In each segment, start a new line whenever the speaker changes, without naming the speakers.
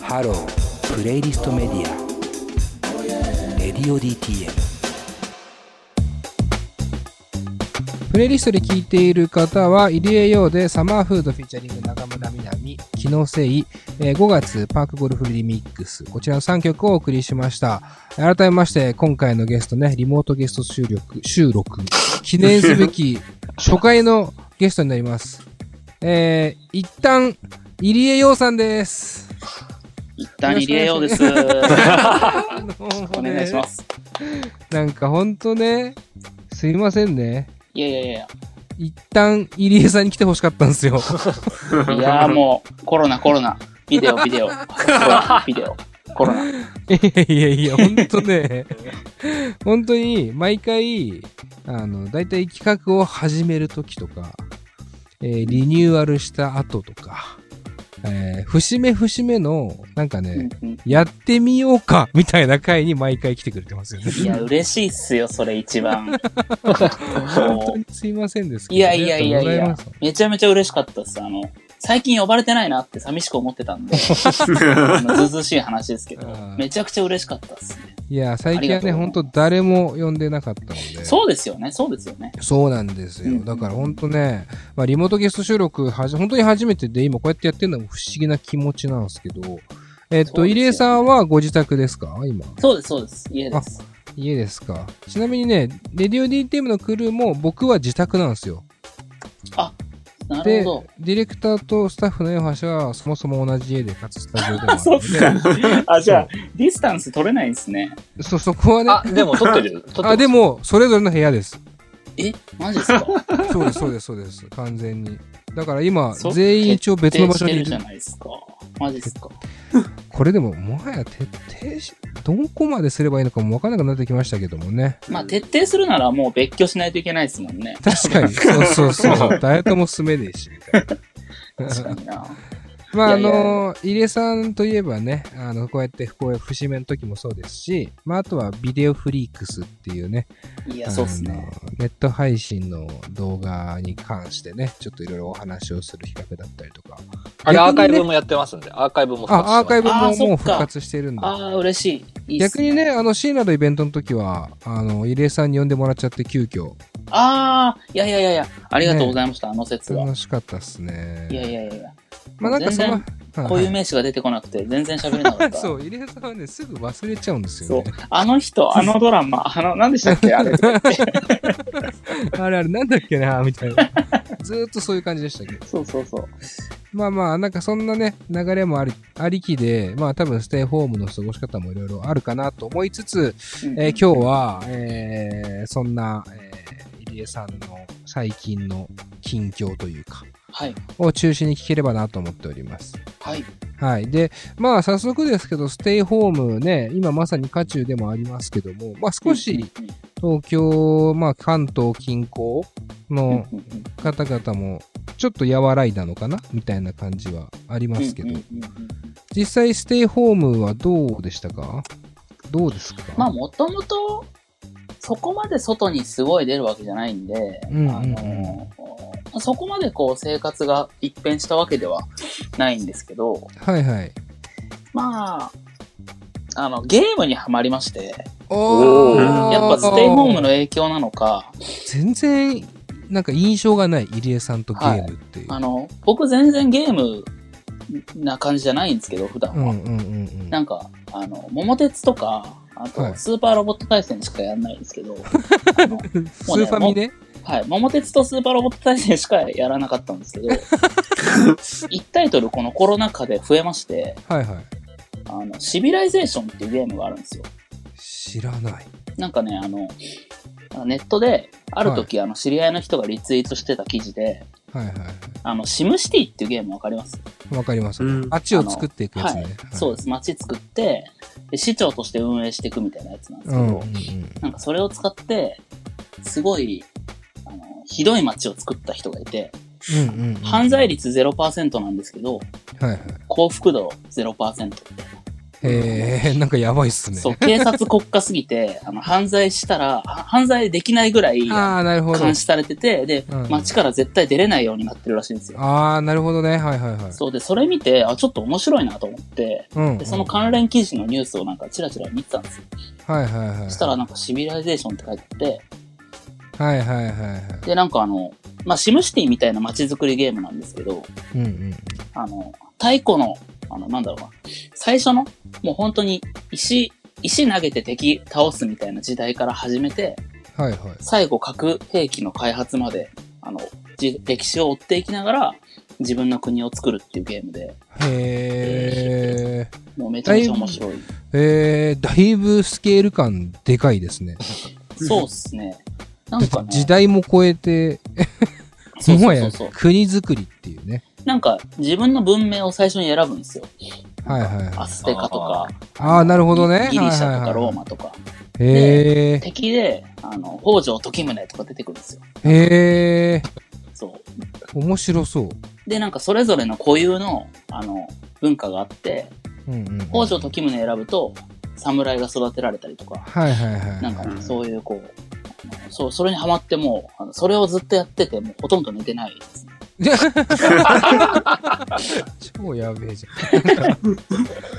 ハロープレイリストメディア「レディオ DTM
プレイリストで聴いている方は、入江洋でサマーフードフィーチャリング中村みなみ、機能性い、えー5月パークゴルフリミックス、こちらの3曲をお送りしました。改めまして、今回のゲストね、リモートゲスト収録、収録、記念すべき初回のゲストになります。えー、一旦、入江洋さんです。
一旦入れようです。
あのー
お願いしま。す。
なんかほんとね、すいませんね。
いやいやいや、
一旦、入江さんに来てほしかったんです よ。
いやーもうコロナコロナ、ビデオビ デオ、コロナビデオ、コロナ。
いやいやいや、ほんとね、本当に毎回、あの、大体企画を始めるときとか、えーリニューアルした後とか、えー節目節目の、なんかね、
うんうん
やってみようか、みたいな回に毎回来てくれてますよね。
いや、嬉しいっすよ、それ一番。
本
も
当に すいませんです
う
け
い
ど、
や
あ
い
りが
や
と
いうや
ご
い
ざい
や
ます。、
めちゃめちゃ嬉しかったっす。あの、最近呼ばれてないなって寂しく思ってた んで、あのずうずうしい話ですけど
うん、
めちゃくちゃ嬉しかったっすね。
いや、最近はね、
ありがとうございます
本当誰も呼んでなかったので。
そうですよね、そうですよね。
そうなんです
う
よ。
ん
だから本当ね、まあ、リモートゲスト収録はじ、本当に初めてで、今こうやってやってるのも不思議な気持ちなんですけど、えっ
そ
と、
うですよね
入江さんはご自宅ですか今。
そうです、そうです。家です。
家ですか。ちなみにね、レディオ DTM のクルーも僕は自宅なんですよ。で
なる ほ、
ディレクターとスタッフのヨハシはそもそも同じ家で、かつスタジオでもあるの
そっ
で、
ど。あ、じゃあ、ディスタンス取れないんですね。
そ、そこはね、
あ、でも撮ってる。撮ってます
あ、で、も、それぞれの部屋です。
え、マジですか
そうです、そうです、そうです。完全に。だから今、
そう
全員一応別の場所
徹
にい
底して
る
るじゃ。ないですか。マジっすか。
これでももはや徹底しどこまですればいいのかも分からなくなってきましたけども ね
まあ、徹底するならもう別居しないといけないですもんね。
確かにそうそう そう誰とも進めねえしみたい
確か
な
にな。
まああ
いやいやいや
の入江さんといえばねあのこうやってこういう節目の時もそうですし、まあ、あとはビデオフリークスっていうね
いや、そうっす
あの
ね。
ネット配信の動画に関してねちょっといろいろお話をする企画だったりとか
あれアーカイブもやってますんで、アーカイブも復活します
あアーカイブ
あ
も
ーそっか
もう復活してるんだ
ああ、嬉しい。いいっす
逆にね、あの、シーナのイベントの時は、あの、入江さんに呼んでもらっちゃって、急遽、
ああ、いやいやいやいや、ありがとうございました、あの説は。
楽しかったっすね。
いやいやいやいや、
まあなんかその
全、こういう名詞が出てこなくて、全然喋れなかった。
そう、入江さんはね、すぐ忘れちゃうんです
そ
よ
う
ね。
あの人、あのドラマ、あの、何でしたっけあれ。
あれあれ、なんだっけな、みたい な。ずーっとそういう感じでしたけど。
そうそうそう。
まあまあ、なんかそんなね、流れもありありきで、まあ多分ステイホームの過ごし方もいろいろあるかなと思いつつ、
うん
えー今日は、えーそんな、えー入江さんの最近の近況というか、
はい。
を中心に聞ければなと思っております。
はい。
はい。で、まあ、早速ですけど、ステイホームね、今まさに渦中でもありますけども、まあ、少し
うんうん
東京、まあ、関東近郊の
うんうんうん
方々も、ちょっと和らいだのかなみたいな感じはありますけど、
うんうんうんうん
実際、ステイホームはどうでしたかどうですか
まあ、もともと、そこまで外にすごい出るわけじゃないんで、
うんうんうん
あのそこまでこう生活が一変したわけではないんですけど、
はいはい。
まあ、あの、ゲームにはまりまして、
おー
やっぱステイホームの影響なのか、
全然、なんか印象がない、入江さんとゲームっていう。
あの、僕全然ゲームな感じじゃないんですけど、普段
うん
は。
うんうんうん。
なんか、あの、桃鉄とか、あ
は
と、
い
スーパーロボット対戦しかやんないんで すけど、あの
スーファミね。
はい、桃鉄とスーパーロボット対戦しかやらなかったんです けど、1タイトルこのコロナ禍で増えまして、
はいはい。
あの、シビライゼーションっていうゲームがあるんですよ。
知らない。
なんかね、あの、ネットで、ある時、あの、知り合いの人がリツイートしてた記事で、
はいはいは
あの、シムシティっていうゲームわかります、
い。わかります。
うん
あっちを作っていくや
は
つね。
い、そうです。街作ってで、市長として運営していくみたいなやつなんです
う
けど、
んうんうん。
なんかそれを使って、すごい、あの、ひどい街を作った人がいて、
うんうんうん。
犯罪率0%なんですけど、
はいはい。
幸福度0%みたいな
へえ、なんかやばいっすね。
そう、警察国家すぎて、あの、犯罪したら、は犯罪できないぐらい
ああ、なるほど。
監視されてて、で
う、ん
街から絶対出れないようになってるらしいんですよ。
ああ、なるほどね。はいはいはい。
そうで、それ見て、あ、ちょっと面白いなと思って、
うん、うん。
で、その関連記事のニュースをなんかチラチラ見てたんですよ。
はいはいはい。
そしたらなんかシビライゼーションって書いてあって、
はいはいはいは
で、なんかあの、まあ、シムシティみたいな街づくりゲームなんですけど、
い。うんうん。
あの、太古の、あの、なんだろうな、最初の、もう本当に石、石投げて敵倒すみたいな時代から始めて、
はいはい。
最後核兵器の開発まで、あの、じ歴史を追っていきながら、自分の国を作るっていうゲームで、
へえ。
もうめちゃめちゃ面白い。
えー、だいぶスケール感でかいですね。
そうっすね。な
だ
ん
って
か、ね、
時代も超えて、
そう
も
そ
は
うそ
や
うそう。
国づくりっていうね。
なんか、自分の文明を最初に選ぶんですよ。
はいはいはい。
アステカとか、
ああ、なるほどね。
ギリシャと
は
か
いはい
ロ
は
ー
い
マとか。
へえ。
敵で、あの、北条時宗とか出てくるんですよ。
へえ。
そう。
面白そう。
で、なんかそれぞれの固有の、あの、文化があって、
うんうんうん。
北条時宗選ぶと、侍が育てられたりとか、
はいはいはいはい。
なんかね、
うん
そういうこう、あのそう、それにハマってもう、あのそれをずっとやってて、もうほとんど寝てないですね。
超やべえじゃん。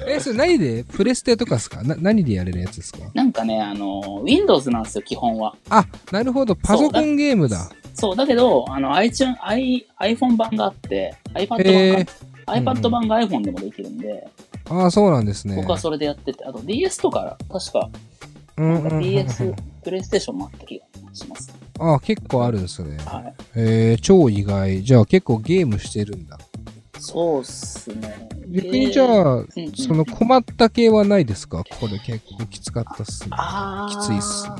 え、 それ何でプレステとかですかな何でやれるやつですか
なんかね、あの、Windows なんですよ、基本は。
あ、なるほど。パソコンゲームだ。
そう、だけど、あの、iTunes、i、iPhone 版があって、
へ
iPad
え
版か、iPad 版が iPhone でもできるんで、
ああ、そうなんですね。
僕はそれでやってて、あと DS とか、確か、
うんうんうんうん
DS、プレイステーションもあった気がします。
ああ、結構あるんですね。
はい。
えー、超意外。じゃあ結構ゲームしてるんだ。
そうっすね。
逆にじゃあ、
うんうん
その困った系はないですかこれ結構きつかったっすね。
あー
きついっすね。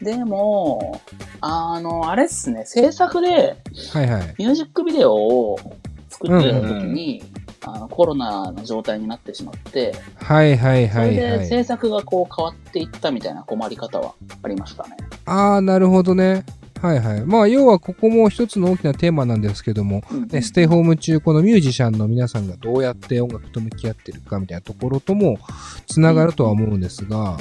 でも、あの、あれっすね、制作で
はいはい。
ミュージックビデオを作ってる時
うんうん
に、あのコロナの状態になってしまって、
はいはい
そ
は
れ
い
で
はい。
制作がこう変わっていったみたいな困り方はありましたね。
ああ、なるほどね。はいはい。まあ、要はここも一つの大きなテーマなんですけども、
うんうん
ね、ステイホーム中、このミュージシャンの皆さんがどうやって音楽と向き合ってるかみたいなところともつながるとは思うんですが、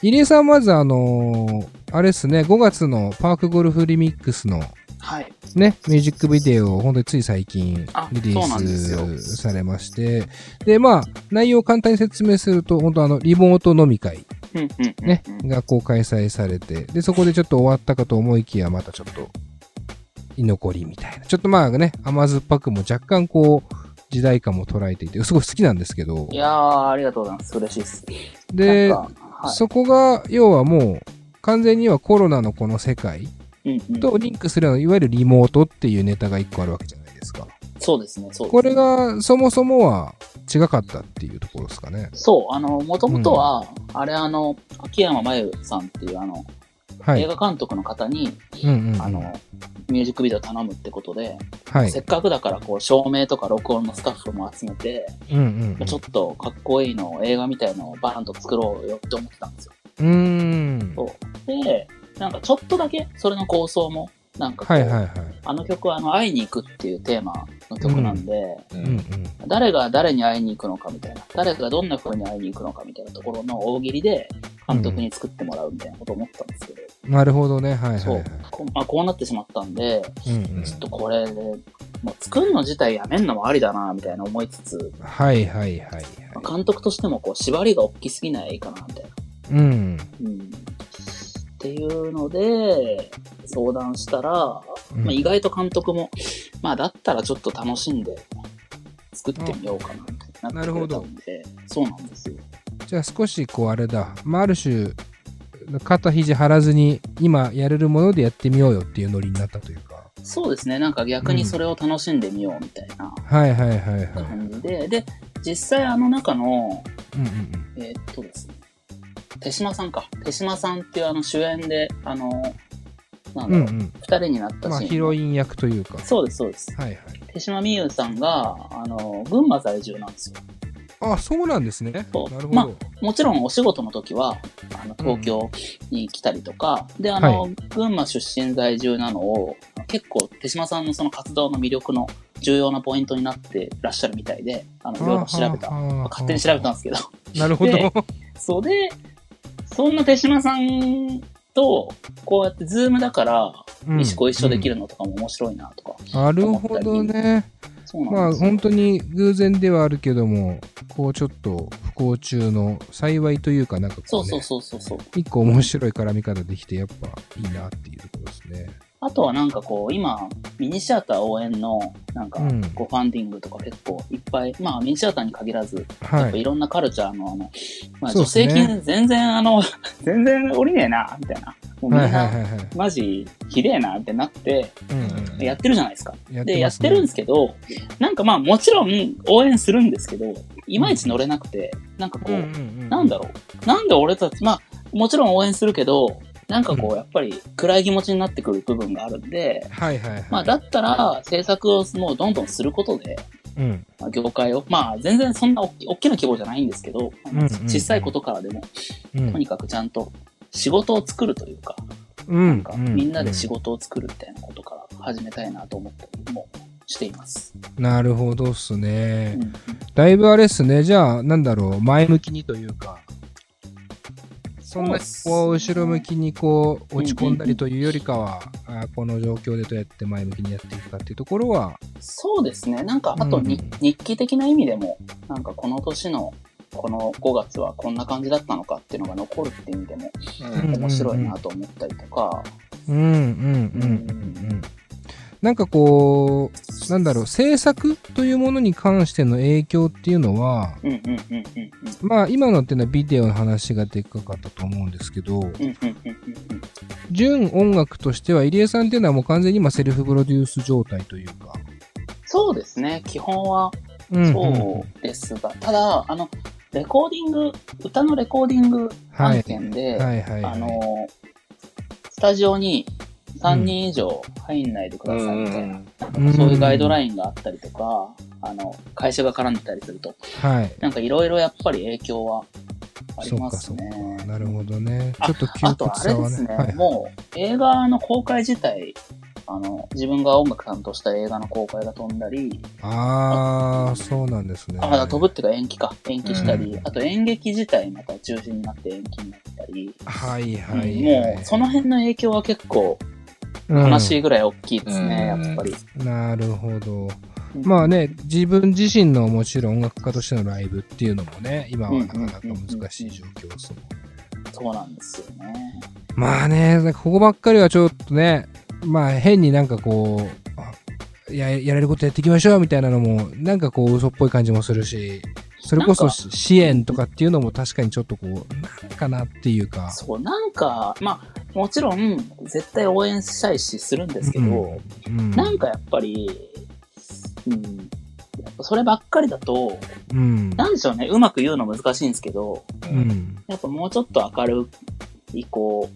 入江さん、まずあのーあれですね、5月のパークゴルフリミックスの
はい。
ね、ミュージックビデオを本当につい最近
あ
リリ
そうなんですよ
ースされまして、で、まあ、内容を簡単に説明すると、本当あの、リモート飲み会
うんうんうんうん
ね、がこう開催されて、で、そこでちょっと終わったかと思いきや、またちょっと、居残りみたいな。ちょっとまあね、甘酸っぱくも若干こう、時代感も捉えていて、すごい好きなんですけど
い、やー、ありがとうございます。嬉しいっす。
で、
なんかは
そこが、要はもう、完全にはコロナのこの世界
いうんうん
とリンクするような、いわゆるリモートっていうネタが一個あるわけじゃないですか。
そうですね、そうですね
これが、そもそもは違かったっていうところですかね。
そう、あの、もともとは、あれあの、秋山真由さんっていうあの、
はい。
映画監督の方に、
うんうんうん
あの、ミュージックビデオ頼むってことで、
はい
せ。っかくだからこう、照明とか録音のスタッフも集めて、
うんうんうん。
ちょっとかっこいいのを映画みたいのをバーンと作ろうよって思ってたんですよ。
うーん。
そうで、なんかちょっとだけ、それの構想も、なんかこう、
はいはいはい。
あの曲はあの、会いに行くっていうテーマの曲なんで、
うん
うんうん。
誰が誰に会いに行くのかみたいな、誰がどんな風に会いに行くのかみたいなところの大喜利で監督に作ってもらうみたいなことを思ったんですけど、
なるほどね。はいはい、はい。
そう、こまあ、こうなってしまったんで、
うんうん
ちょっとこれで、もう作るの自体やめんのもありだなみたいな思いつつ、
はいはいはいはい。
まあ監督としてもこう縛りが大きすぎないかなみたいな。
うん。
うん、っていうので、相談したら、ま
うん
あ、意外と監督も、まあだったらちょっと楽しんで作ってみようかなみたいになってくれたんで、そうなんですよ。
じゃあ少しこうあれだ。まあ、ある種、肩肘張らずに今やれるものでやってみようよっていうノリになったというか。
そうですね、なんか逆にそれを楽しんでみようみたいな
はいはいはいはい。
感じで、で、実際あの中の、
うんうん
えーっとですね、手島さんか、手島さんっていうあの主演で、あの、な
う
んだ
ん。
ろ
う
う、二、
ん
人になっ
うん。
た
まあ
シ
ヒ
ーン。
ロイン役というか。
そうです、そうです。
はいはい。
手島美優さんが、あの、群馬在住なんですよ。
あ、そうなんですね。なる
そう
ほど。
まもちろんお仕事の時は、あの、東京に来たりとか、で、あの、群馬出身在住なのを、結構手島さんのその活動の魅力の重要なポイントになってらっしゃるみたいで、あの、いろいろ調べた。
勝
勝手に調べたんですけど、
なるほ
で
ど。
それ、そんな手島さんと、こうやってズームだから、
うん
飯ご一緒できるのとかも面白いなとか。
うんなるほどね。
そう
ま
なん
あ
ですよ
本当に偶然ではあるけども、こうちょっと不幸中の幸いというか、なんかこう、ね、
そうそうそうそうそう。
一個面白い絡み方できて、やっぱいいなっていうところですね。
あとはなんかこう、今、ミニシアター応援の、なんか
うん、
こう、ファンディングとか結構いっぱい、まあ、ミニシアターに限らず、
はい
やっぱ
い。
いろんなカルチャーの、あの、まあ、
そう
助
ですね
成金全然、あの、 全然降りねえな、みたいな。もうみん
はいはいは
な、
いはい。
マジ、綺麗な、ってなって、
うんうん
やってるじゃないですか。
や
で、や
ま
っ
すね
てるんですけど、なんかまあ、もちろん応援するんですけど、いまいち乗れなくて、なんかこう、
うんうんうん、
なんだろう。なんで俺たち、まあ、もちろん応援するけど、なんかこ
う
う、やっぱり暗い気持ちになってくる部分があるんで、
はいはいはい。
まあ、だったら、制作をもうどんどんすることで、
うん。
まあ業界を、まあ、全然そんな大き大きな規模じゃないんですけど、あの
うんうんうん
小さいことからでも、
う
と
ん
にかくちゃんと仕事を作るというか、
うん
なんかみんなで仕事を作るみたいなことから始めたいなと思ったりもしています。
なるほどっす
う
ね。
ん
だいぶあれっすね。じゃあ、なんだろう、前向きにというか、そんなにこう、
そうっすね
後ろ向きにこう、落ち込んだりというよりかは、あーこの状況でどうやって前向きにやっていくかっていうところは、
そうですね。なんか、あとに、
うん
日記的な意味でも、なんかこの年の、この5月はこんな感じだったのかっていうのが残るって意味でも
うん
面白いなと思ったりとか、
うんうんうんうんうん。なんかこう、なんだろう、制作というものに関しての影響っていうのは、
うんうんうんうんうん
まあ今のっていうのはビデオの話がでっかかったと思うんですけど、
うんうんうんうん
純音楽としては入江さんっていうのはもう完全に今セルフプロデュース状態というか。
そうですね。基本は
うん
そうですが、ただ、あの、レコーディング、歌のレコーディング案件で、
はいはいはい。
あの、スタジオに3人以上入んないでくださいみたいな。
ん
そういうガイドラインがあったりとか、あの、会社が絡んでたりすると、
はい。
なんかいろいろやっぱり影響はありますね。
そうかそうか。なるほどね。
あ
ちょっと窮
あと
屈さ
あれで
は
す
ね。
ね、
はいはい
もう映画の公開自体、あの、自分が音楽担当した映画の公開が飛んだり、
ああ、そうなんですね。
あ、飛ぶっていうか延期か、延期したり、
うん
あと演劇自体また中止になって延期になったり、
はいはいはい。
もうその辺の影響は結構悲しいぐらい大きいですね、
うん
やっぱり。
うんなるほど。まあね、自分自身のもちろん音楽家としてのライブっていうのもね、今はなかなか難しい状況ですもんね
そうなんですよね。
まあね、なんかここばっかりはちょっとね、まあ変になんかこう、あややれることやっていきましょうみたいなのも、なんかこう嘘っぽい感じもするし、それこそ
なん
し支援とかっていうのも確かにちょっとこう、なんかなっていうか。
そう、なんか、まあ、もちろん、絶対応援したいし、するんですけど、
うん
なんかやっぱり、うん、やっぱそればっかりだと、
うん。
なんでしょうね、うまく言うの難しいんですけど、
うん。
やっぱもうちょっと明るい、こ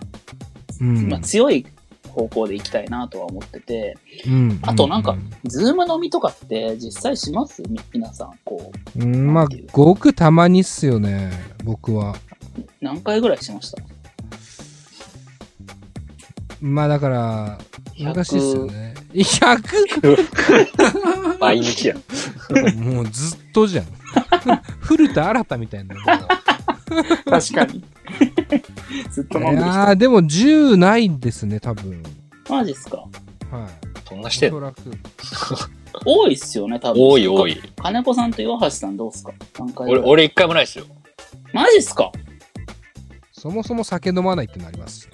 う
う、
ん。
まあ、強い方向で行きたいなとは思ってて、
うん
あとなんか
う
ズーム飲みとかって実際しますみ皆さん、こう、
うん、まあ、ごくたまにっすよね、僕は。
何回ぐらいしました
まあだから、難しいっすよね。100!
毎日やん。
もうずっとじゃん。 古田新太みたいな。
確かに。 ずっと飲ん
い
でき
や
た。
ーでも10ないんですね、多分。
マジっすか
はい。
そんなしてん
おそ
の
らく。
多いっすよね、多分。
多い多い。
金子さんと岩橋さんどうっすか何回ぐ
俺、
らい
俺一回もないですよ。
マジっすか
そもそも酒飲まないってなります。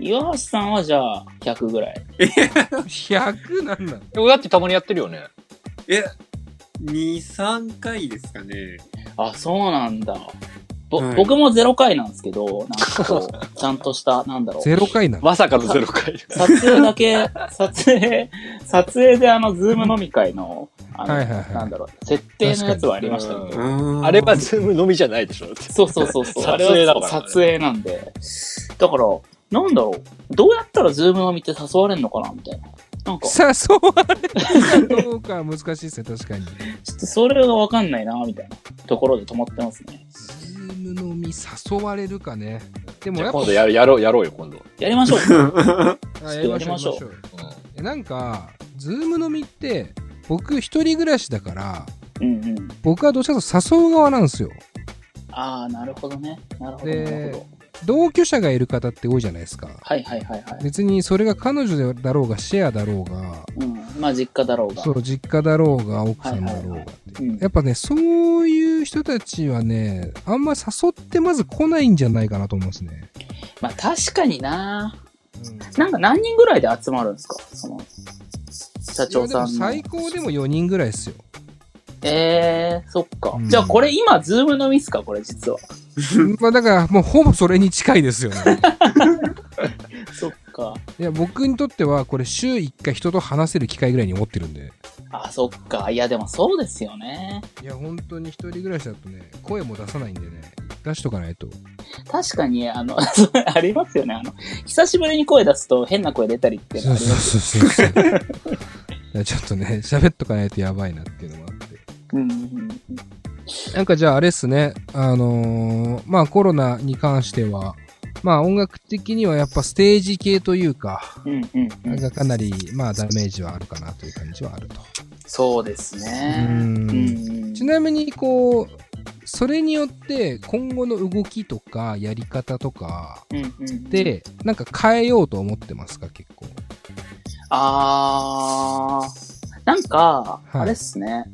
岩橋さんはじゃあ100ぐらい。
100なんなの
でもだってたまにやってるよね。
え、2、3回ですかね。
あ、そうなんだ。ぼ
はい
僕も0回なんですけど、なんかこう、ちゃんとした、なんだろう。
ゼロ回なの
まさかのゼロ回。
撮影だけ、撮影、撮影であの、ズーム飲み会の、あの、
はいはいはい
なんだろう、設定のやつはありましたけど。
あ
あれはズームのみじゃないでしょ。だって
そうそうそうそう。
撮影だからね
あれは撮影なんで。だから、なんだろう。どうやったらズーム飲みって誘われんのかなみたいな。な んか、ちょ
誘われるかどうかは難しいっすね、確かに。
っとそれがわかんないな、みたいなところで止まってますね。
ズーム飲み誘われるかね。でも
じゃ
やっ
あ
ぱ
今度やるやろう、やろうよ、今度。うん
やりましょう。
あ
やりましょう
やりましょうえなんか、ズーム飲みって、僕一人暮らしだから、
うんうん。
僕はどちらかというと誘う側なんですよ。
ああ、なるほどね。なるほど、
で
なるほど。
同居者がいる方って多いじゃないですか。
はいはいはいはい。
別にそれが彼女だろうがシェアだろうが、
うん。まあ、実家だろうが。
そう、実家だろうが、奥さんだろうがっていう
はいはいはいうん
やっぱね、そういう人たちはね、あんま誘ってまず来ないんじゃないかなと思うんですね。
まあ、確かにな。なんか何人ぐらいで集まるんですかその、社長
いやで
さん
も
の。
最高でも4人ぐらいですよ。
ええー、そっか。
うん
じゃあこれ今、ズームのみっすかこれ 実は。
まあだからもうほぼそれに近いですよ ね。
そっか。
いや、僕にとってはこれ週1回人と話せる機会ぐらいに思ってるんで。
あ、そっか。いや、でもそうですよね。
いや、本当に一人暮らしだとね、声も出さないんでね、出しとかないと。
確かに、あの、 それありますよね。あの、久しぶりに声出すと変な声出たりっていうの
そう
ありま
そう
す。
そうそう。 いやちょっとね、喋っとかないとやばいなっていうのもあって。
うんうんうん。
なんかじゃああれっすね、あのーまあコロナに関しては、まあ音楽的にはやっぱステージ系というか、
うんうんうん
がかなりまあダメージはあるかなという感じはあると。
そうですね。
う
うんんうん。
ちなみにこう、それによって今後の動きとかやり方とか
うんうんうん、
で、なんか変えようと思ってますか結構。
あー、なんか、
はい
あれっすね。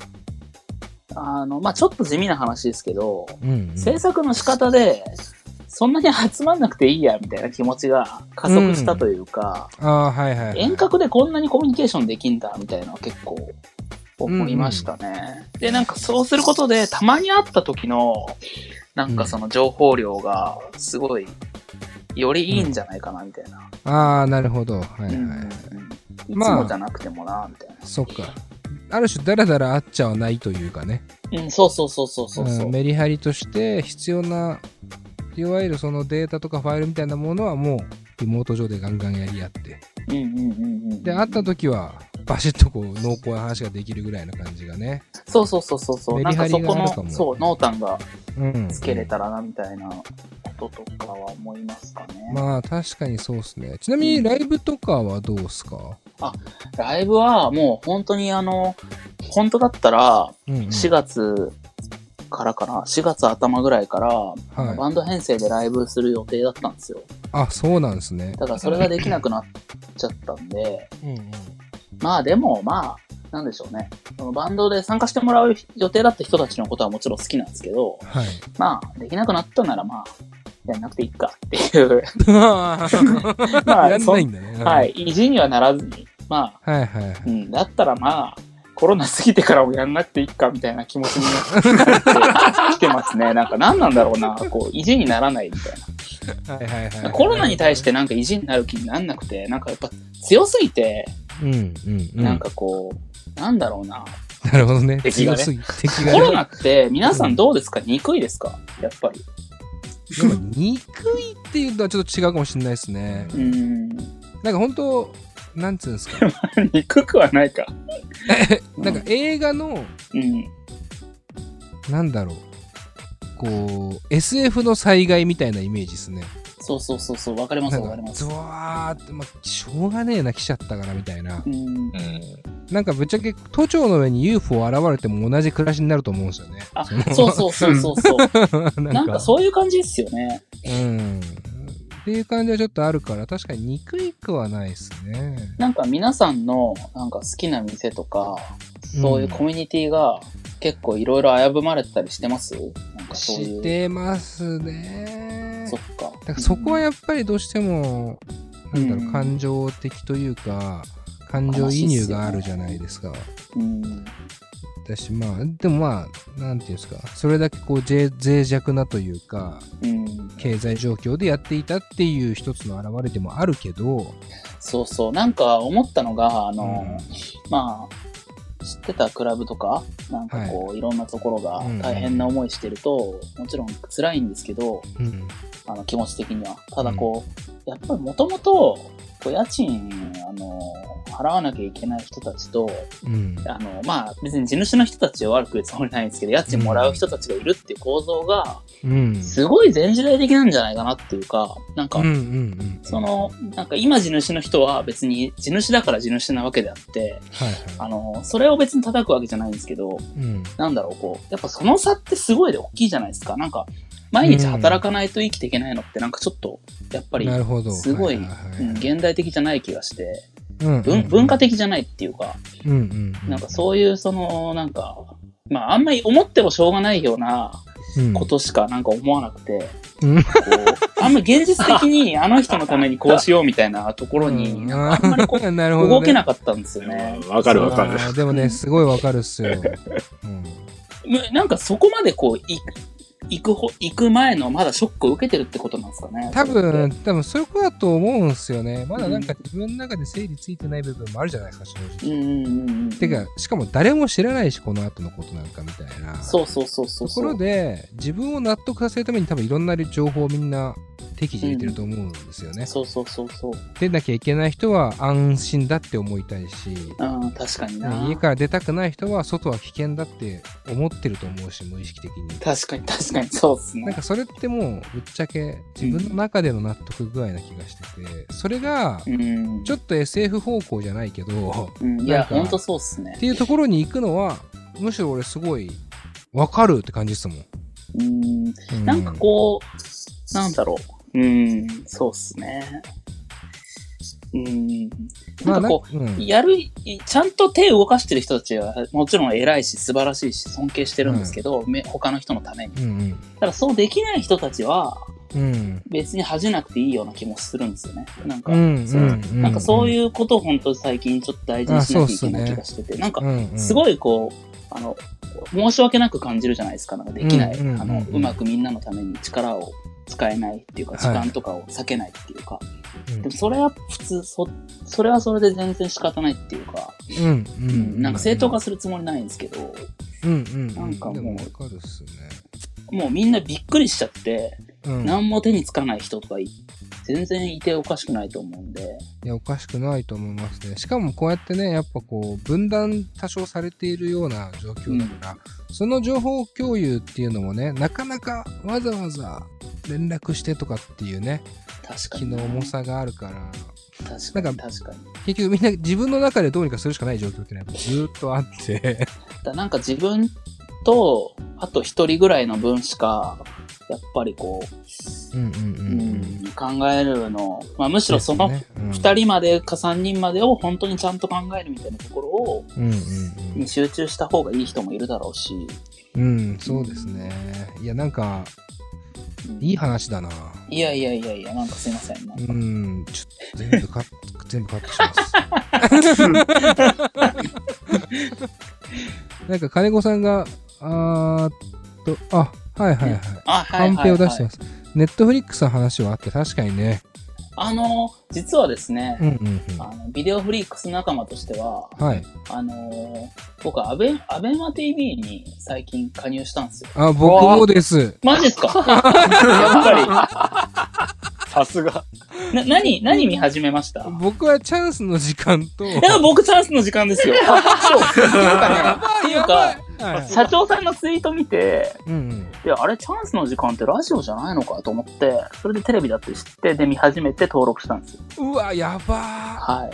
あの、まあ、ちょっと地味な話ですけど、
うん、うん。
制作の仕方で、そんなに集まんなくていいや、みたいな気持ちが加速したというか、
ああ、はいはい、はい。
遠隔でこんなにコミュニケーションできんだ、みたいなのは結構思いましたね。で、なんかそうすることで、たまに会った時の、なんかその情報量が、すごい、よりいいんじゃないかな、みたいな。
ああ、なるほど。はいはい。
うん
はい
いつもじゃなくてもな、みたいな。
そっか。ある種、だらだらあっちゃわないというかね。
うん、そうそうそうそうそうそうう。
んメリハリとして必要ないわゆるそのデータとかファイルみたいなものはもうリモート上でガンガンやり合って
うんうんうんうん。
で会った時はバシッとこう濃厚な話ができるぐらいの感じがね
そうそうそうそうそう。
メ
な
リ
ん
ハ
かそ
リが
こ
あるかも
の、そう、濃淡が
うん
つけれたらな、みたいなこととかは思いますかね。
まあ確かにそうっすねちなみにライブとかはどうっすか、
ライブはもう本当にあの、本当だったら、
うんうん
4月からかな、4月頭ぐらいから、あのバンド編成でライブする予定だったんですよ。
あそうなんですね
だからそれができなくなっちゃったんで、
うんうん
まあでもまあ、なんでしょうね。そのバンドで参加してもらう予定だった人たちのことはもちろん好きなんですけど、
はい
まあ、できなくなったならまあ、やんなくていいかっ ていう。まあ、
やんないんだね
そんはい。意地にはならずに。まあ、
はいはいはい
うん。だったらまあ、コロナ過ぎてからもやんなくていいかみたいな気持ちになってきてますね。なんか何なんだろうな。こう、意地にならないみたい
はいはいは
な。
い
コロナに対してなんか意地になる気になんなくて、なんかやっぱ強すぎて、
うんうんうん
なんかこう、なんだろうな。
なるほどね
敵がね
強すぎ敵がね
コロナって皆さんどうですか憎いですかやっぱり。
でも憎いっていうのはちょっと違うかもしれないですね。
うーん。
なんか本当なんつうんですか
憎くはないか。
なんか映画の
うん。
なんだろうこう SF の災害みたいなイメージですね。
そうそうそうそう。わかります
なん
わかり
か
ます
ゾ。ワーって、まあ、しょうがねえな来ちゃったからみたいな
う。ん
う。ん。
なんかぶっちゃけ都庁の上に UFO 現れても同じ暮らしになると思うんですよね。
あ、そうそうそうそうそう。
うな
なんかそういう感じですよね。
うん。っていう感じはちょっとあるから確かに憎いくはないですね。
なんか皆さんのなんか好きな店とか、そういうコミュニティが結構いろいろ危ぶまれてたりしてますなんかそうい
し
う。
てますね。
そっか。
だからそこは
や
やっぱりどうしても、なんだろ
う
う、
ん
感情的というか、感情移入があるじゃないですか。
うん。
だし、まあ、でもまあ、なんていうんですか、それだけこう、ぜ脆弱なというか、
うん。
経済状況でやっていたっていう一つの表れでもあるけど、
そうそう。なんか思ったのが、あ
う
の
ん、
まあ、知ってたクラブとか、なんかこう、いろんなところが大変な思いしてると、もちろん辛いんですけど、
うん
あの気持ち的には。ただこう、やっぱりもともと、こう家賃、あの、払わなきゃいけない人たちと、
うん。
あの、まあ、別に地主の人たちを悪く言うつもりないんですけど、家賃もらう人たちがいるっていう構造が、
うん。
すごい全時代的なんじゃないかなっていうか、なんか、
うんうん
その、なんか今地主の人は別に地主だから地主なわけであって、
はいは
あの、それを別に叩くわけじゃないんですけど、
い。うん。
なんだろう、こう、やっぱその差ってすごいで大きいじゃないですか。なんか、毎日働かないと生きていけないのって、なんかちょっと、やっぱり、
なるほど。
すごい
ははは
うん、現代的じゃない気がして、
うん
文文化的じゃないっていうか、
うんうんうん。
なんかそういう、その、なんか、まあ、あんまり思ってもしょうがないような
うん
ことしかなんか思わなくて、
うん
こうあんまり現実 的にあの人のためにこうしようみたいなところに、なんかあんまりこ う、
なるほどね
動けなかったんですよね。
わかるわかる。
あーでもね、すごいわかるっす よ。うん
むなんかそこまでこう、い行くほ、行く前のまだショックを受けてるってことなんですかね。
多
それっ
分、
て。
多分そういうことだと思うんすよね。まだなんか自分の中で整理ついてない部分もあるじゃないですか、正
うん
直。
うんうんうん。
てか、しかも誰も知らないし、この後のことなんかみたいな。
そうそうそうそう
と
そ
こ
う。
ろで、自分を納得させるために多分いろんな情報をみんな適時入れてると思うんですよね。
そうそうそうそう。
出なきゃいけない人は安心だって思いたいし、
うん、確かにな。
家から出たくない人は外は危険だって思ってると思うし、無意識的に。
確かに確かにそうです
なん
ね。
かそれってもうぶっちゃけ自分の中での納得具合な気がしてて、それが
うん。
ちょっと SF 方向じゃないけど、
うん、い
な
や、
んか
ほんとそうっすね
っ。ていうところに行くのは、むしろ俺すごいわかるって感じですもん。
うん。
う
なんかこう、なんだろう。うん、そうっすね。うん。なんかこう、
う、まあなうん
やる、いちゃんと手を動かしてる人たちは、もちろん偉いし、素晴らしいし、尊敬してるんですけど、め他の人のために。
うん
ただ、そうできない人たちは、
うん。うん。
別に恥じなくていいような気もするんですよね。なんか、
うん
そう
うん
なんかそういうことを本当最近ちょっと大事にしなきゃいけない気がしてて、なんか
うんうん
すごいこう、あの、申し訳なく感じるじゃないですか。なんかできない、
うんうんうん
あの、うまくみんなのために力を使えないっていうか、
はい
時間とかを避けないっていうか、
うん
でもそれは普通、そ、それはそれで全然仕方ないっていうか、
うんう
うん
ん。
なんか正当化するつもりないんですけど、
うんうん。
なんかもう
でわかるっすね。
もうみんなびっくりしちゃって、
うん。
何も手につかない人とかい、全然いておかしくないと思うんで、
いや、おかしくないと思いますね。しかもこうやってね、やっぱこう、分断多少されているような状況だから、その情報共有っていうのもね、なかなかわざわざ連絡してとかっていうね、
確か
気
に
の
な。
重さがあるから、
確
な
かに
んか
確かに。
結局みんな自分の中でどうにかするしかない状況っていうのはやっぱずーっとあって、
だからなんか自分と、あと一人ぐらいの分しか、やっぱりこ
うんうん
う、うん、考えるの、まあむしろその
2
2人までか3人までを本当にちゃんと考えるみたいなところを、
うんうん
に集中した方がいい人もいるだろうし、
うん、うん、そうですね。いや、なんか、
うん
いい話だな。
いやいやいやいや、なんかすいません。なんか
うん、ちょっと全部カット、全部カットします。 なんか金子さんが、あーっと、あ、はいはいはい。
あ、はい、
カン
はい
ペを
は
出して
い
ま。す。ネットフリックスの話はあって、確かにね。
あの、実はですね、
うんうん
あのビデオフリークス仲間としては、
うん。はい。
あの僕はアベ、アベマ TV に最近加入したんですよ。
あ、僕もです。
マジっすか やっぱ
さすが。
り。な、何、何見始めました
僕はチャンスの時間 と、
いや、僕チャンスの時 間ですよ。っていうか、
はい
社長さんのツイート見て、
うん
いや、あれチャンスの時間ってラジオじゃないのかと思って、それでテレビだって知って、で見始めて登録したんですよ。
うん。うわ、やばー。
はい。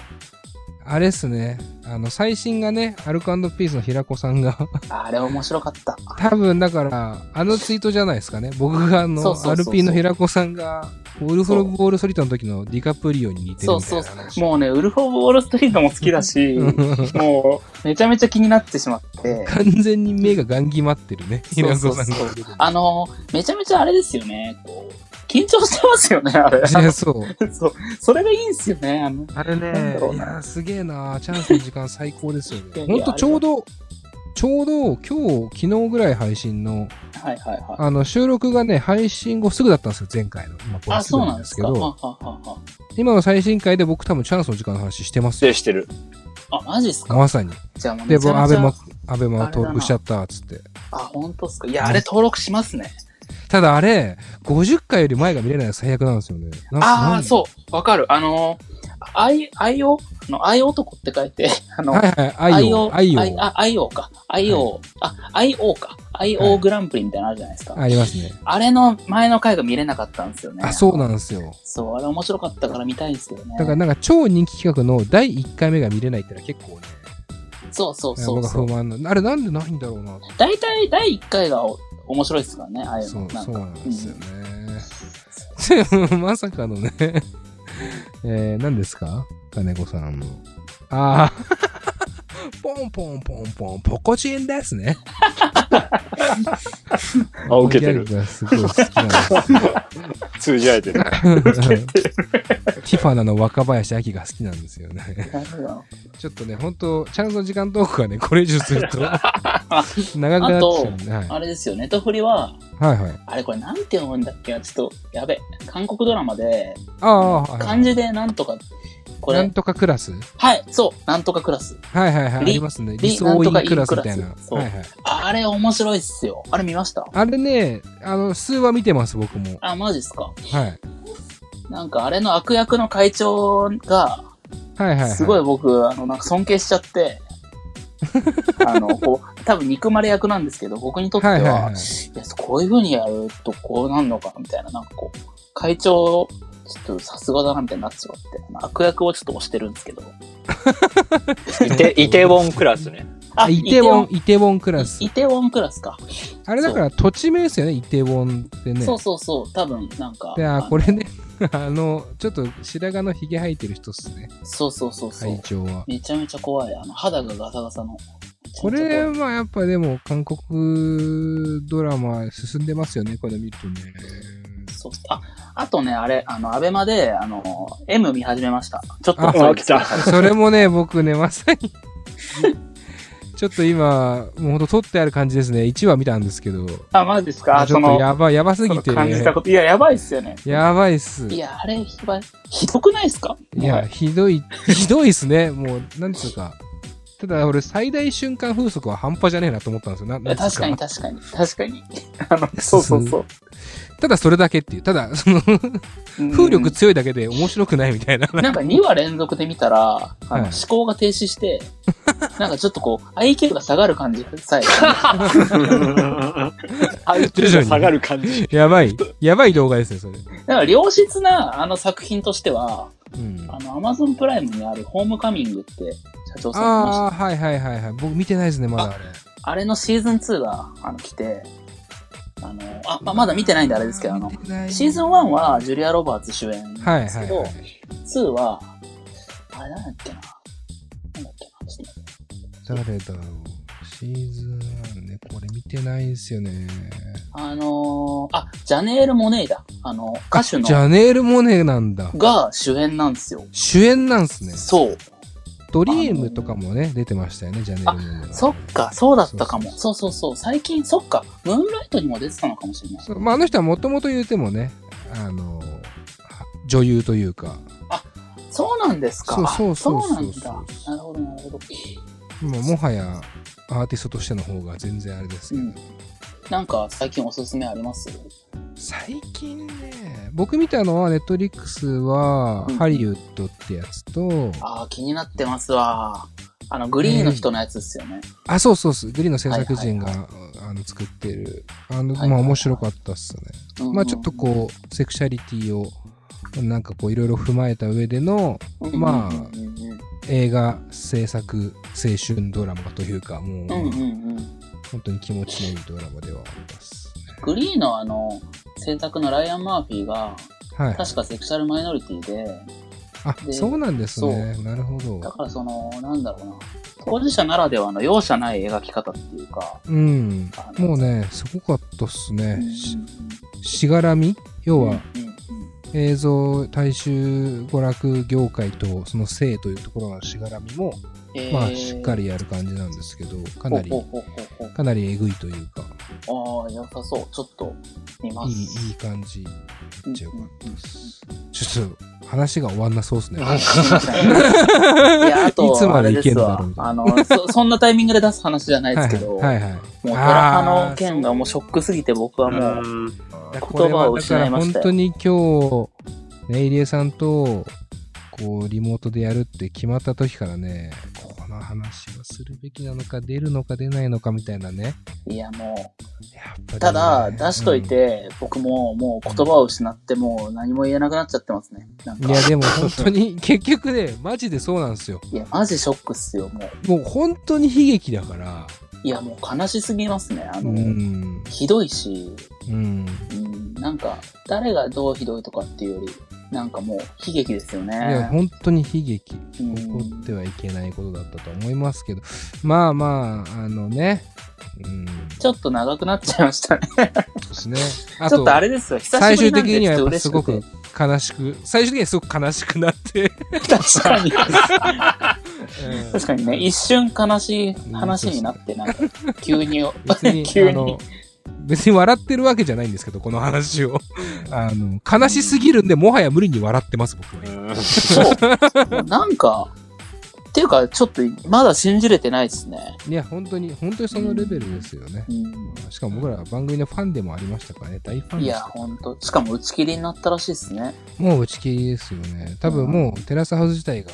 あれっすね。あの、最新がね、アルコピースの平子さんが、
あれ面白かった。
多分だから、あのツイートじゃないですかね。僕があ
そう
の
そう、
ア
そう
ル
そう
ピーの平子さんが、ウルフロブ・ボール・ソリッドの時のディカプリオに似てる
そう
みた
そ
いうな話。
もうね、ウルフ・オブ・ウォール・ストリートも好きだ し、もう、めちゃめちゃ気になってしまって。
完全に目がガン決まってるね、平
そう
子
そ
さ
うんそ
が
う。あの、めちゃめちゃあれですよね、こう、緊張してますよね、あ れ。
いや、そう。
そう、それがいいんですよね、あの、
あれ
なん
ね
だろう
い
な
や、すげえなチャンスの時間最高ですよ
い
ね。
やい
ほ
や
んとちょうど、ちょうど今日、昨日ぐらい配信の、
はいはいはい。
あの、収録がね、配信後すぐだったんですよ、前回の。今、これ
あ、
すぐ
そうな
なんん
で
ですす
か。
け
は
ど、
ははは
今の最新回で僕多分チャンスの時間の話してます
失
よ
礼。してる。
あ、マジっすか。
まさに。
じゃあもう
で、
めち
僕
ゃ
ア
めち
ベ
ゃ
マ、アベマ登録しちゃった、つって。
あ、本当っすか。いや、あれ登録しますね。
ただあれ、50回より前が見れないの最悪なんですよね。な
ああ、
う。
そう、わかる。あのー、あい、あいおあの、あい男って書いて、 あの、
はいはい、愛を、愛
あい
を。
あ、愛王か。愛王、あ、愛王か。愛王グランプリみたいなのあるじゃないですか。
ありますね。
あれの前の回が見れなかったんですよね。
あ、そうなんんですよ。
そう、あれ面白かったから見たいんですけどね。
だからなんか超人気企画の第1回目が見れないってのは結構ね、
そうそうそ
僕
う
が
そう
不。満な。あれなんでないんだろうな。
大体第1回がお面白いですからね、ああいう
そ
の。
う、
なん
そう
か
なんですよね。で まさかのね、えー、何ですか金子さんの。ああ、 ポンポンポンポン、ポコチンですね。
あ、受けてる
ギ。ャグがすごい好きなんですよ。
通じ合えてる。
ティファナの若林明が好きなんですよね。
なるほど
ちょっとね、本当チャンスの時間トークがね、これ以上する と長くなっちゃうんで。はい
あれですよ、ネタフリは、
はいはい。
あれこれなんて読むんだっけちょっと、やべ、韓国ドラマで、
ああ、はいはい
漢字でなんとか、こ
なん
れ、
とかクラス
はい、そう、なんとかクラス。
はいはいはい、あ
リ
りますね。
リ
理想
なんとか
い
い
い
い
ク
ク
ラ
ラ
ス
ス
みたいな。
そう
はいはい。
あれ面白いっすよ。あれ見ました
あれね、あの、数は見てます、僕も。
あ、マジっすか。
はい。
なんかあれの悪役の会長が、
はいはい、はい。
すごい。僕、あの、なんか尊敬しちゃって、 あの、こう、多分憎まれ役なんですけど、僕にとっては、
はいいはいはい
やこういう風にやるとこうなんのか、みたいな、なんかこう、会長、ちょっとさすがだな、みたいになっちまって、あの悪役をちょっと推してるんですけど。
イテ、イテウォンクラスね。
あ、イテウォン、イテウォンク
ク
ラス
イ。テウォンクラスか。
あれだから土地名ですよね、イテウォンってね。
そうそうそう、多分なんか。
で、
あ
あ、
の
これね、 あの、ちょっと白髪のひげ生えてる人っすね、
そうそうそうそう。
会長は。
めちゃめちゃ怖い。あの、肌がガサガサの。
これ
めちゃめちゃ怖い
はやっぱでも韓国ドラマ進んでますよね、これ見るとね。
そうあ、あとね、あれ、あの、アベマで、あの、M 見始めました。ちょっと
あ
遅い
あ、
で
来
すけど。
た。
それもね、僕ね、まさに。ちょっと今、もうほんと撮ってある感じですね。1話見たんですけど。
あ、マジですかあ
ちょ
そ
っと
の、
やばい、やばすぎ
そ
て。
の感じたこと。いや、やばいっすよね。
やばいっす。
いや、あれ、ひばひどくないっすか
いや、、ひどい、ひどいっすね。もう、なんつうか。ただ、俺、最大瞬間風速は半端じゃねえなと思ったんですよ。ななんつう
確かに確かに確かに。あの、そうそうそう。
ただ、それだけっていう。ただ、その、風力強いだけで面白くないみ たいな。
うんなんか2話連続で見たら、あの
はい
思考が停止して、なんかちょっとこう、IQ が下がる感じさえ。
徐々に
下がる感じ。
やばい。やばい動画ですね、それ。
だから良質なあの作品としては、
うん。
あの、Amazon プライムにあるホームカミングって社長さんがいました。
ああー、はいはいはいはい。僕見てないですね、まだあれ。
あれのシーズン2があの来て、あの、あ、まあ、まだ見てないんであれですけど、あの、シーズン1はジュリア・ロバーツ主
は
演ないん
は
ですけ
い
ど、
はい。
2は、あれなんだっけな。なんだっけな。ちょっと待って
誰だろう。シーズン1ね、これ見てないんすよね。
あのー、あ、ジャネール・モネイだ。あの、歌手
ジ
の、
ャネール・モネなんだ。
が主演なんですよ。
主演なんすね。
そう。
ドリームとかもね、出てましたよね、ジャネール・モネは
そっか、そうだったかも。そうそうそう。最近、そっか、ムーンライトにも出てたのかもしれない。
そうまあ、あの人はもともと言うてもね、あの、は女優というか、
そうなんですか。
そうそうそう
あ
そう
そうなんだ。なるほど、なるほど。
もうもはやアーティストとしての方が全然あれですけど、
うんなんか、最近おすすめあります
最近ね、僕見たのは、ネットリックスは
う、ん
ハリウッドってやつと、
ああ、気になってますわ。あの、グリーンの人のやつですよね。
あ、そうそうそう、グリーンの制作人が、
はい
あの作ってる、あの、
はいはい
まあ面白かったっすね。
うんうん
まあちょっとこう、セクシャリティを、なんかこう、いろいろ踏まえた上での
うん、うん
まあ
うん
映画制作青春ドラマというか、もう、
うんうんうんうん。
本当に気持ちのいいドラマではありますね。
グリーンのあの、制作のライアン・マーフィーが、
はい。
確かセクシャルマイノリティで、
あ、
で
そうなんですね。なるほど
だ。からその、なんだろうな、当事者ならではの容赦ない描き方っていうか、
うん。
あの
もう、ね、すごかったっす
うん
ね。ししがらみ要は、、
うんうん
映像、大衆、娯楽業界と、その性というところのしがらみも、
うん
まあ、
えー
しっかりやる感じなんですけど、か
ほ
な
う
り
ほう、ほうほう
かなりえぐいというか、
ほうああ、良さそう。ちょっと見ま
い
す。
い、いい感じ。めっちゃ良かったです。ちょっと、話が終わんなそうっすね。
いや、あと、
いつまで
あれ
い
です
けんだ
わ
ろうみたいな
あのそ、そんなタイミングで出す話じゃないですけど、
はいはいはいはい。
もうドラハ
あー
の件がもうショックすぎて僕はもう、
やこ
言
れ
葉を
はだか
失い
ら
ま
本
した
当
よ。
に今日、ね、入江さんと、こう、リモートでやるって決まった時からね、この話はするべきなのか、出るのか出ないのかみたいなね。
いや、も
やっぱりね
う、ただ、出しとい、て、僕ももう言葉を失って、もう何も言えなくなっちゃってますね。なん
うん
か
い、や、でも本当に、結局ね、マジでそうなんですよ。
いや、マジショックっすよ、もう。
もう本当に悲劇だから、
いや、もう悲しすぎますね。あ
う
の、
ん、
ひどいし、
うん、
うん、なんか、誰がどうひどいとかっていうより、なんかもう悲劇ですよ
いや
ね。
本当に悲劇
う
起
ん
こってはいけないことだったと思いますけどまあまああのねうん
ちょっと長くなっちゃいましたね。
ですねあ
ちょっ
と
とあれですよ、久し
最
ぶり
終
なん
的
で
には
ち
や
ょ
っぱ
っと嬉
す
しく
ご
て
く。悲しく最終的にはすごく悲しくなって、
確かに。
うん
確かにね、一瞬悲しい話になって、なんか、急に、
別に
急
あの
に。
別に笑ってるわけじゃないんですけどこの話をあの悲しすぎるんでもはや無理に笑ってます僕は今
そう。なんか、っていうか、ちょっと、まだ信じれてないですね。
いや本当に本当にそのレベルですよね
うん。
しかも僕らは番組のファンでもありましたからね大ファン
い
でし
や、
た
ほんと。しかも打ち切りになったらしいですね。
もう打ち切りですよね。多分もうテラスハウス自体が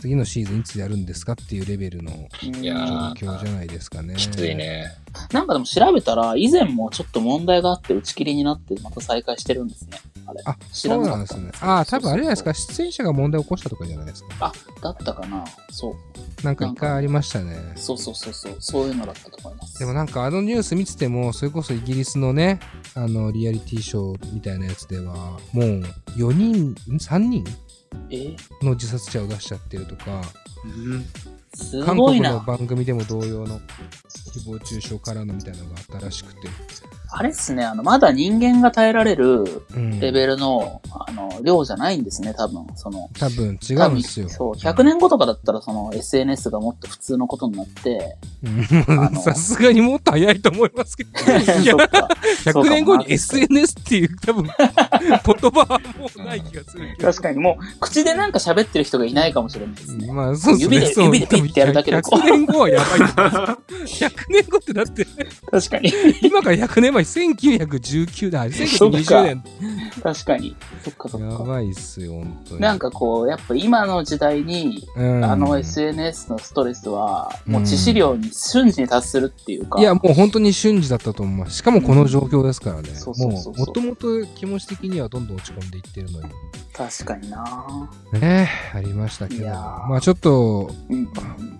次のシーズンいつやるんですかっていうレベルの
うん
いや
状
ー
況じゃないですかね。
きつい。ね。
なんかでも調べたら、以前もちょっと問題があって打ち切りになって、また再開してるんですね。あれ。
あ、
知
そ
ら
う
な
なん
か
です
ったん
ね
で。すよ
あー、多分あれじゃないです
そう
か。出演者が問題を起こしたとかじゃないですか。
だったかなそう。
なんか一回ありましたね。
そうそうそうそう。そういうのだったと思います。
でもなんかあのニュース見てても、それこそイギリスのね、あのリアリティショーみたいなやつでは、もう4人、ん3人
えー
の自殺者を出しちゃってるとか、
す
韓
ごい
国の
な。
番組でも同様の誹謗中傷からのみたいなのがあったらしくて。
あれっすね、あの、まだ人間が耐えられる
うん
レベルの、あの、量じゃないんですね、多分。その、
多分違うんですよ。
そう、100年後とかだったら、その、SNS がもっと普通のことになって、
うん。 さすがにもっと早いと思います けど。いや
そっか。そ
100
うか
年後
まあ
に SNS っていう多分言葉はもうない気がするけど。
確かにもう、口でなんか喋ってる人がいないかもしれないですね。
まあそうですね。
指で
そう
指でピッてやるだけでこう
100年後はやばいと思います。100年後ってだって、
確かに。
今から100年前、1919だ、1920年。
確かに。そっかそ
や
っか。
ばいっすよ、本当に。
なんかこう、やっぱ今の時代に、
うん、
あの SNS のストレスは、もう
うん
致死量に瞬時に達するっていうか。
いや、もう本当に瞬時だったと思います。しかもこの状況ですからね。
そうそう
も、
そうう
も
そう
ともと気持ち的にはどんどん落ち込んでいってるのに。
確かにな
ねありましたけ
い
ど。
やー
まあちょっと、
うん。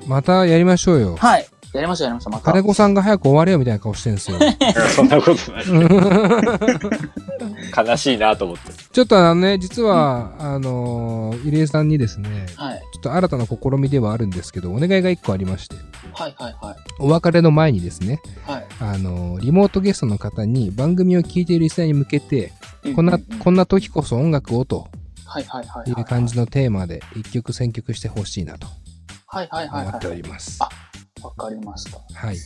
またやりましょうよ。
はい。やりましょう、やりましょう。また。
金子さんが早く終われよみたいな顔してるんですよ。
そんなことない。悲しいなと思って。
ちょっとあのね、実は、あのー、入江さんにですね、
はい。
ちょっと新たな試みではあるんですけど、お願いが一個ありまして、
はいはいはい。
お別れの前にですね、
はい。
あのーリモートゲストの方に番組を聞いているリスナーに向けて、
うん
こん
う
な、
う
こんな時こそ音楽をと
はいはいはいはい。
いう感じのテーマで一曲選曲してほしいなと
はいはいはい
思ってお
は
ります。
あい。わかりました。
はい。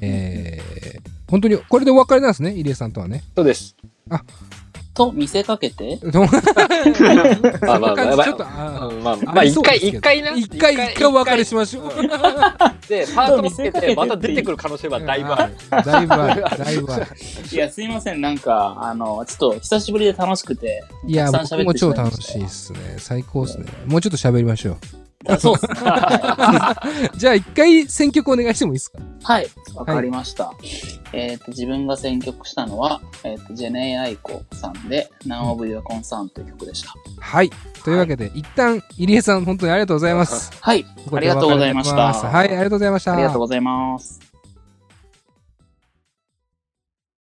えー、本当に、これでお別れなんですね、入江さんとはね。
そうです。
と見せかけて、
そんな
まあまあまあま
感じ、ちょっと、
あ。
あー
うんまあ、ま
あ
あ、
りそ
一
うですけど
回、一回な。
一回、一回お別れしましょう。
で、パートをつけて、また出てくる可能性はだいぶある。
だいぶ ある。だいぶある。
いや、すいません、なんか、あの、ちょっと久しぶりで楽しくて、
いや、
たくさ
僕
ん喋っ
も
てし
超
まま
楽
た
しいっすね。最高っすね。もうちょっと喋りましょう。
あそうっすね。 は
じゃあ、一回選曲お願いしてもいいですか
いはい、わかりました。えっ、と、自分が選曲したのは、えっ、と、ジェネイ・アイコさんで、Now of Your Concern という曲でした。
はい。というわけで、一旦、入江さん、本当にありがとうございます。
はい、
ここ
あ
で
りがとうございました
お別れになりますはい、ありがとうございました。
ありがとうございます。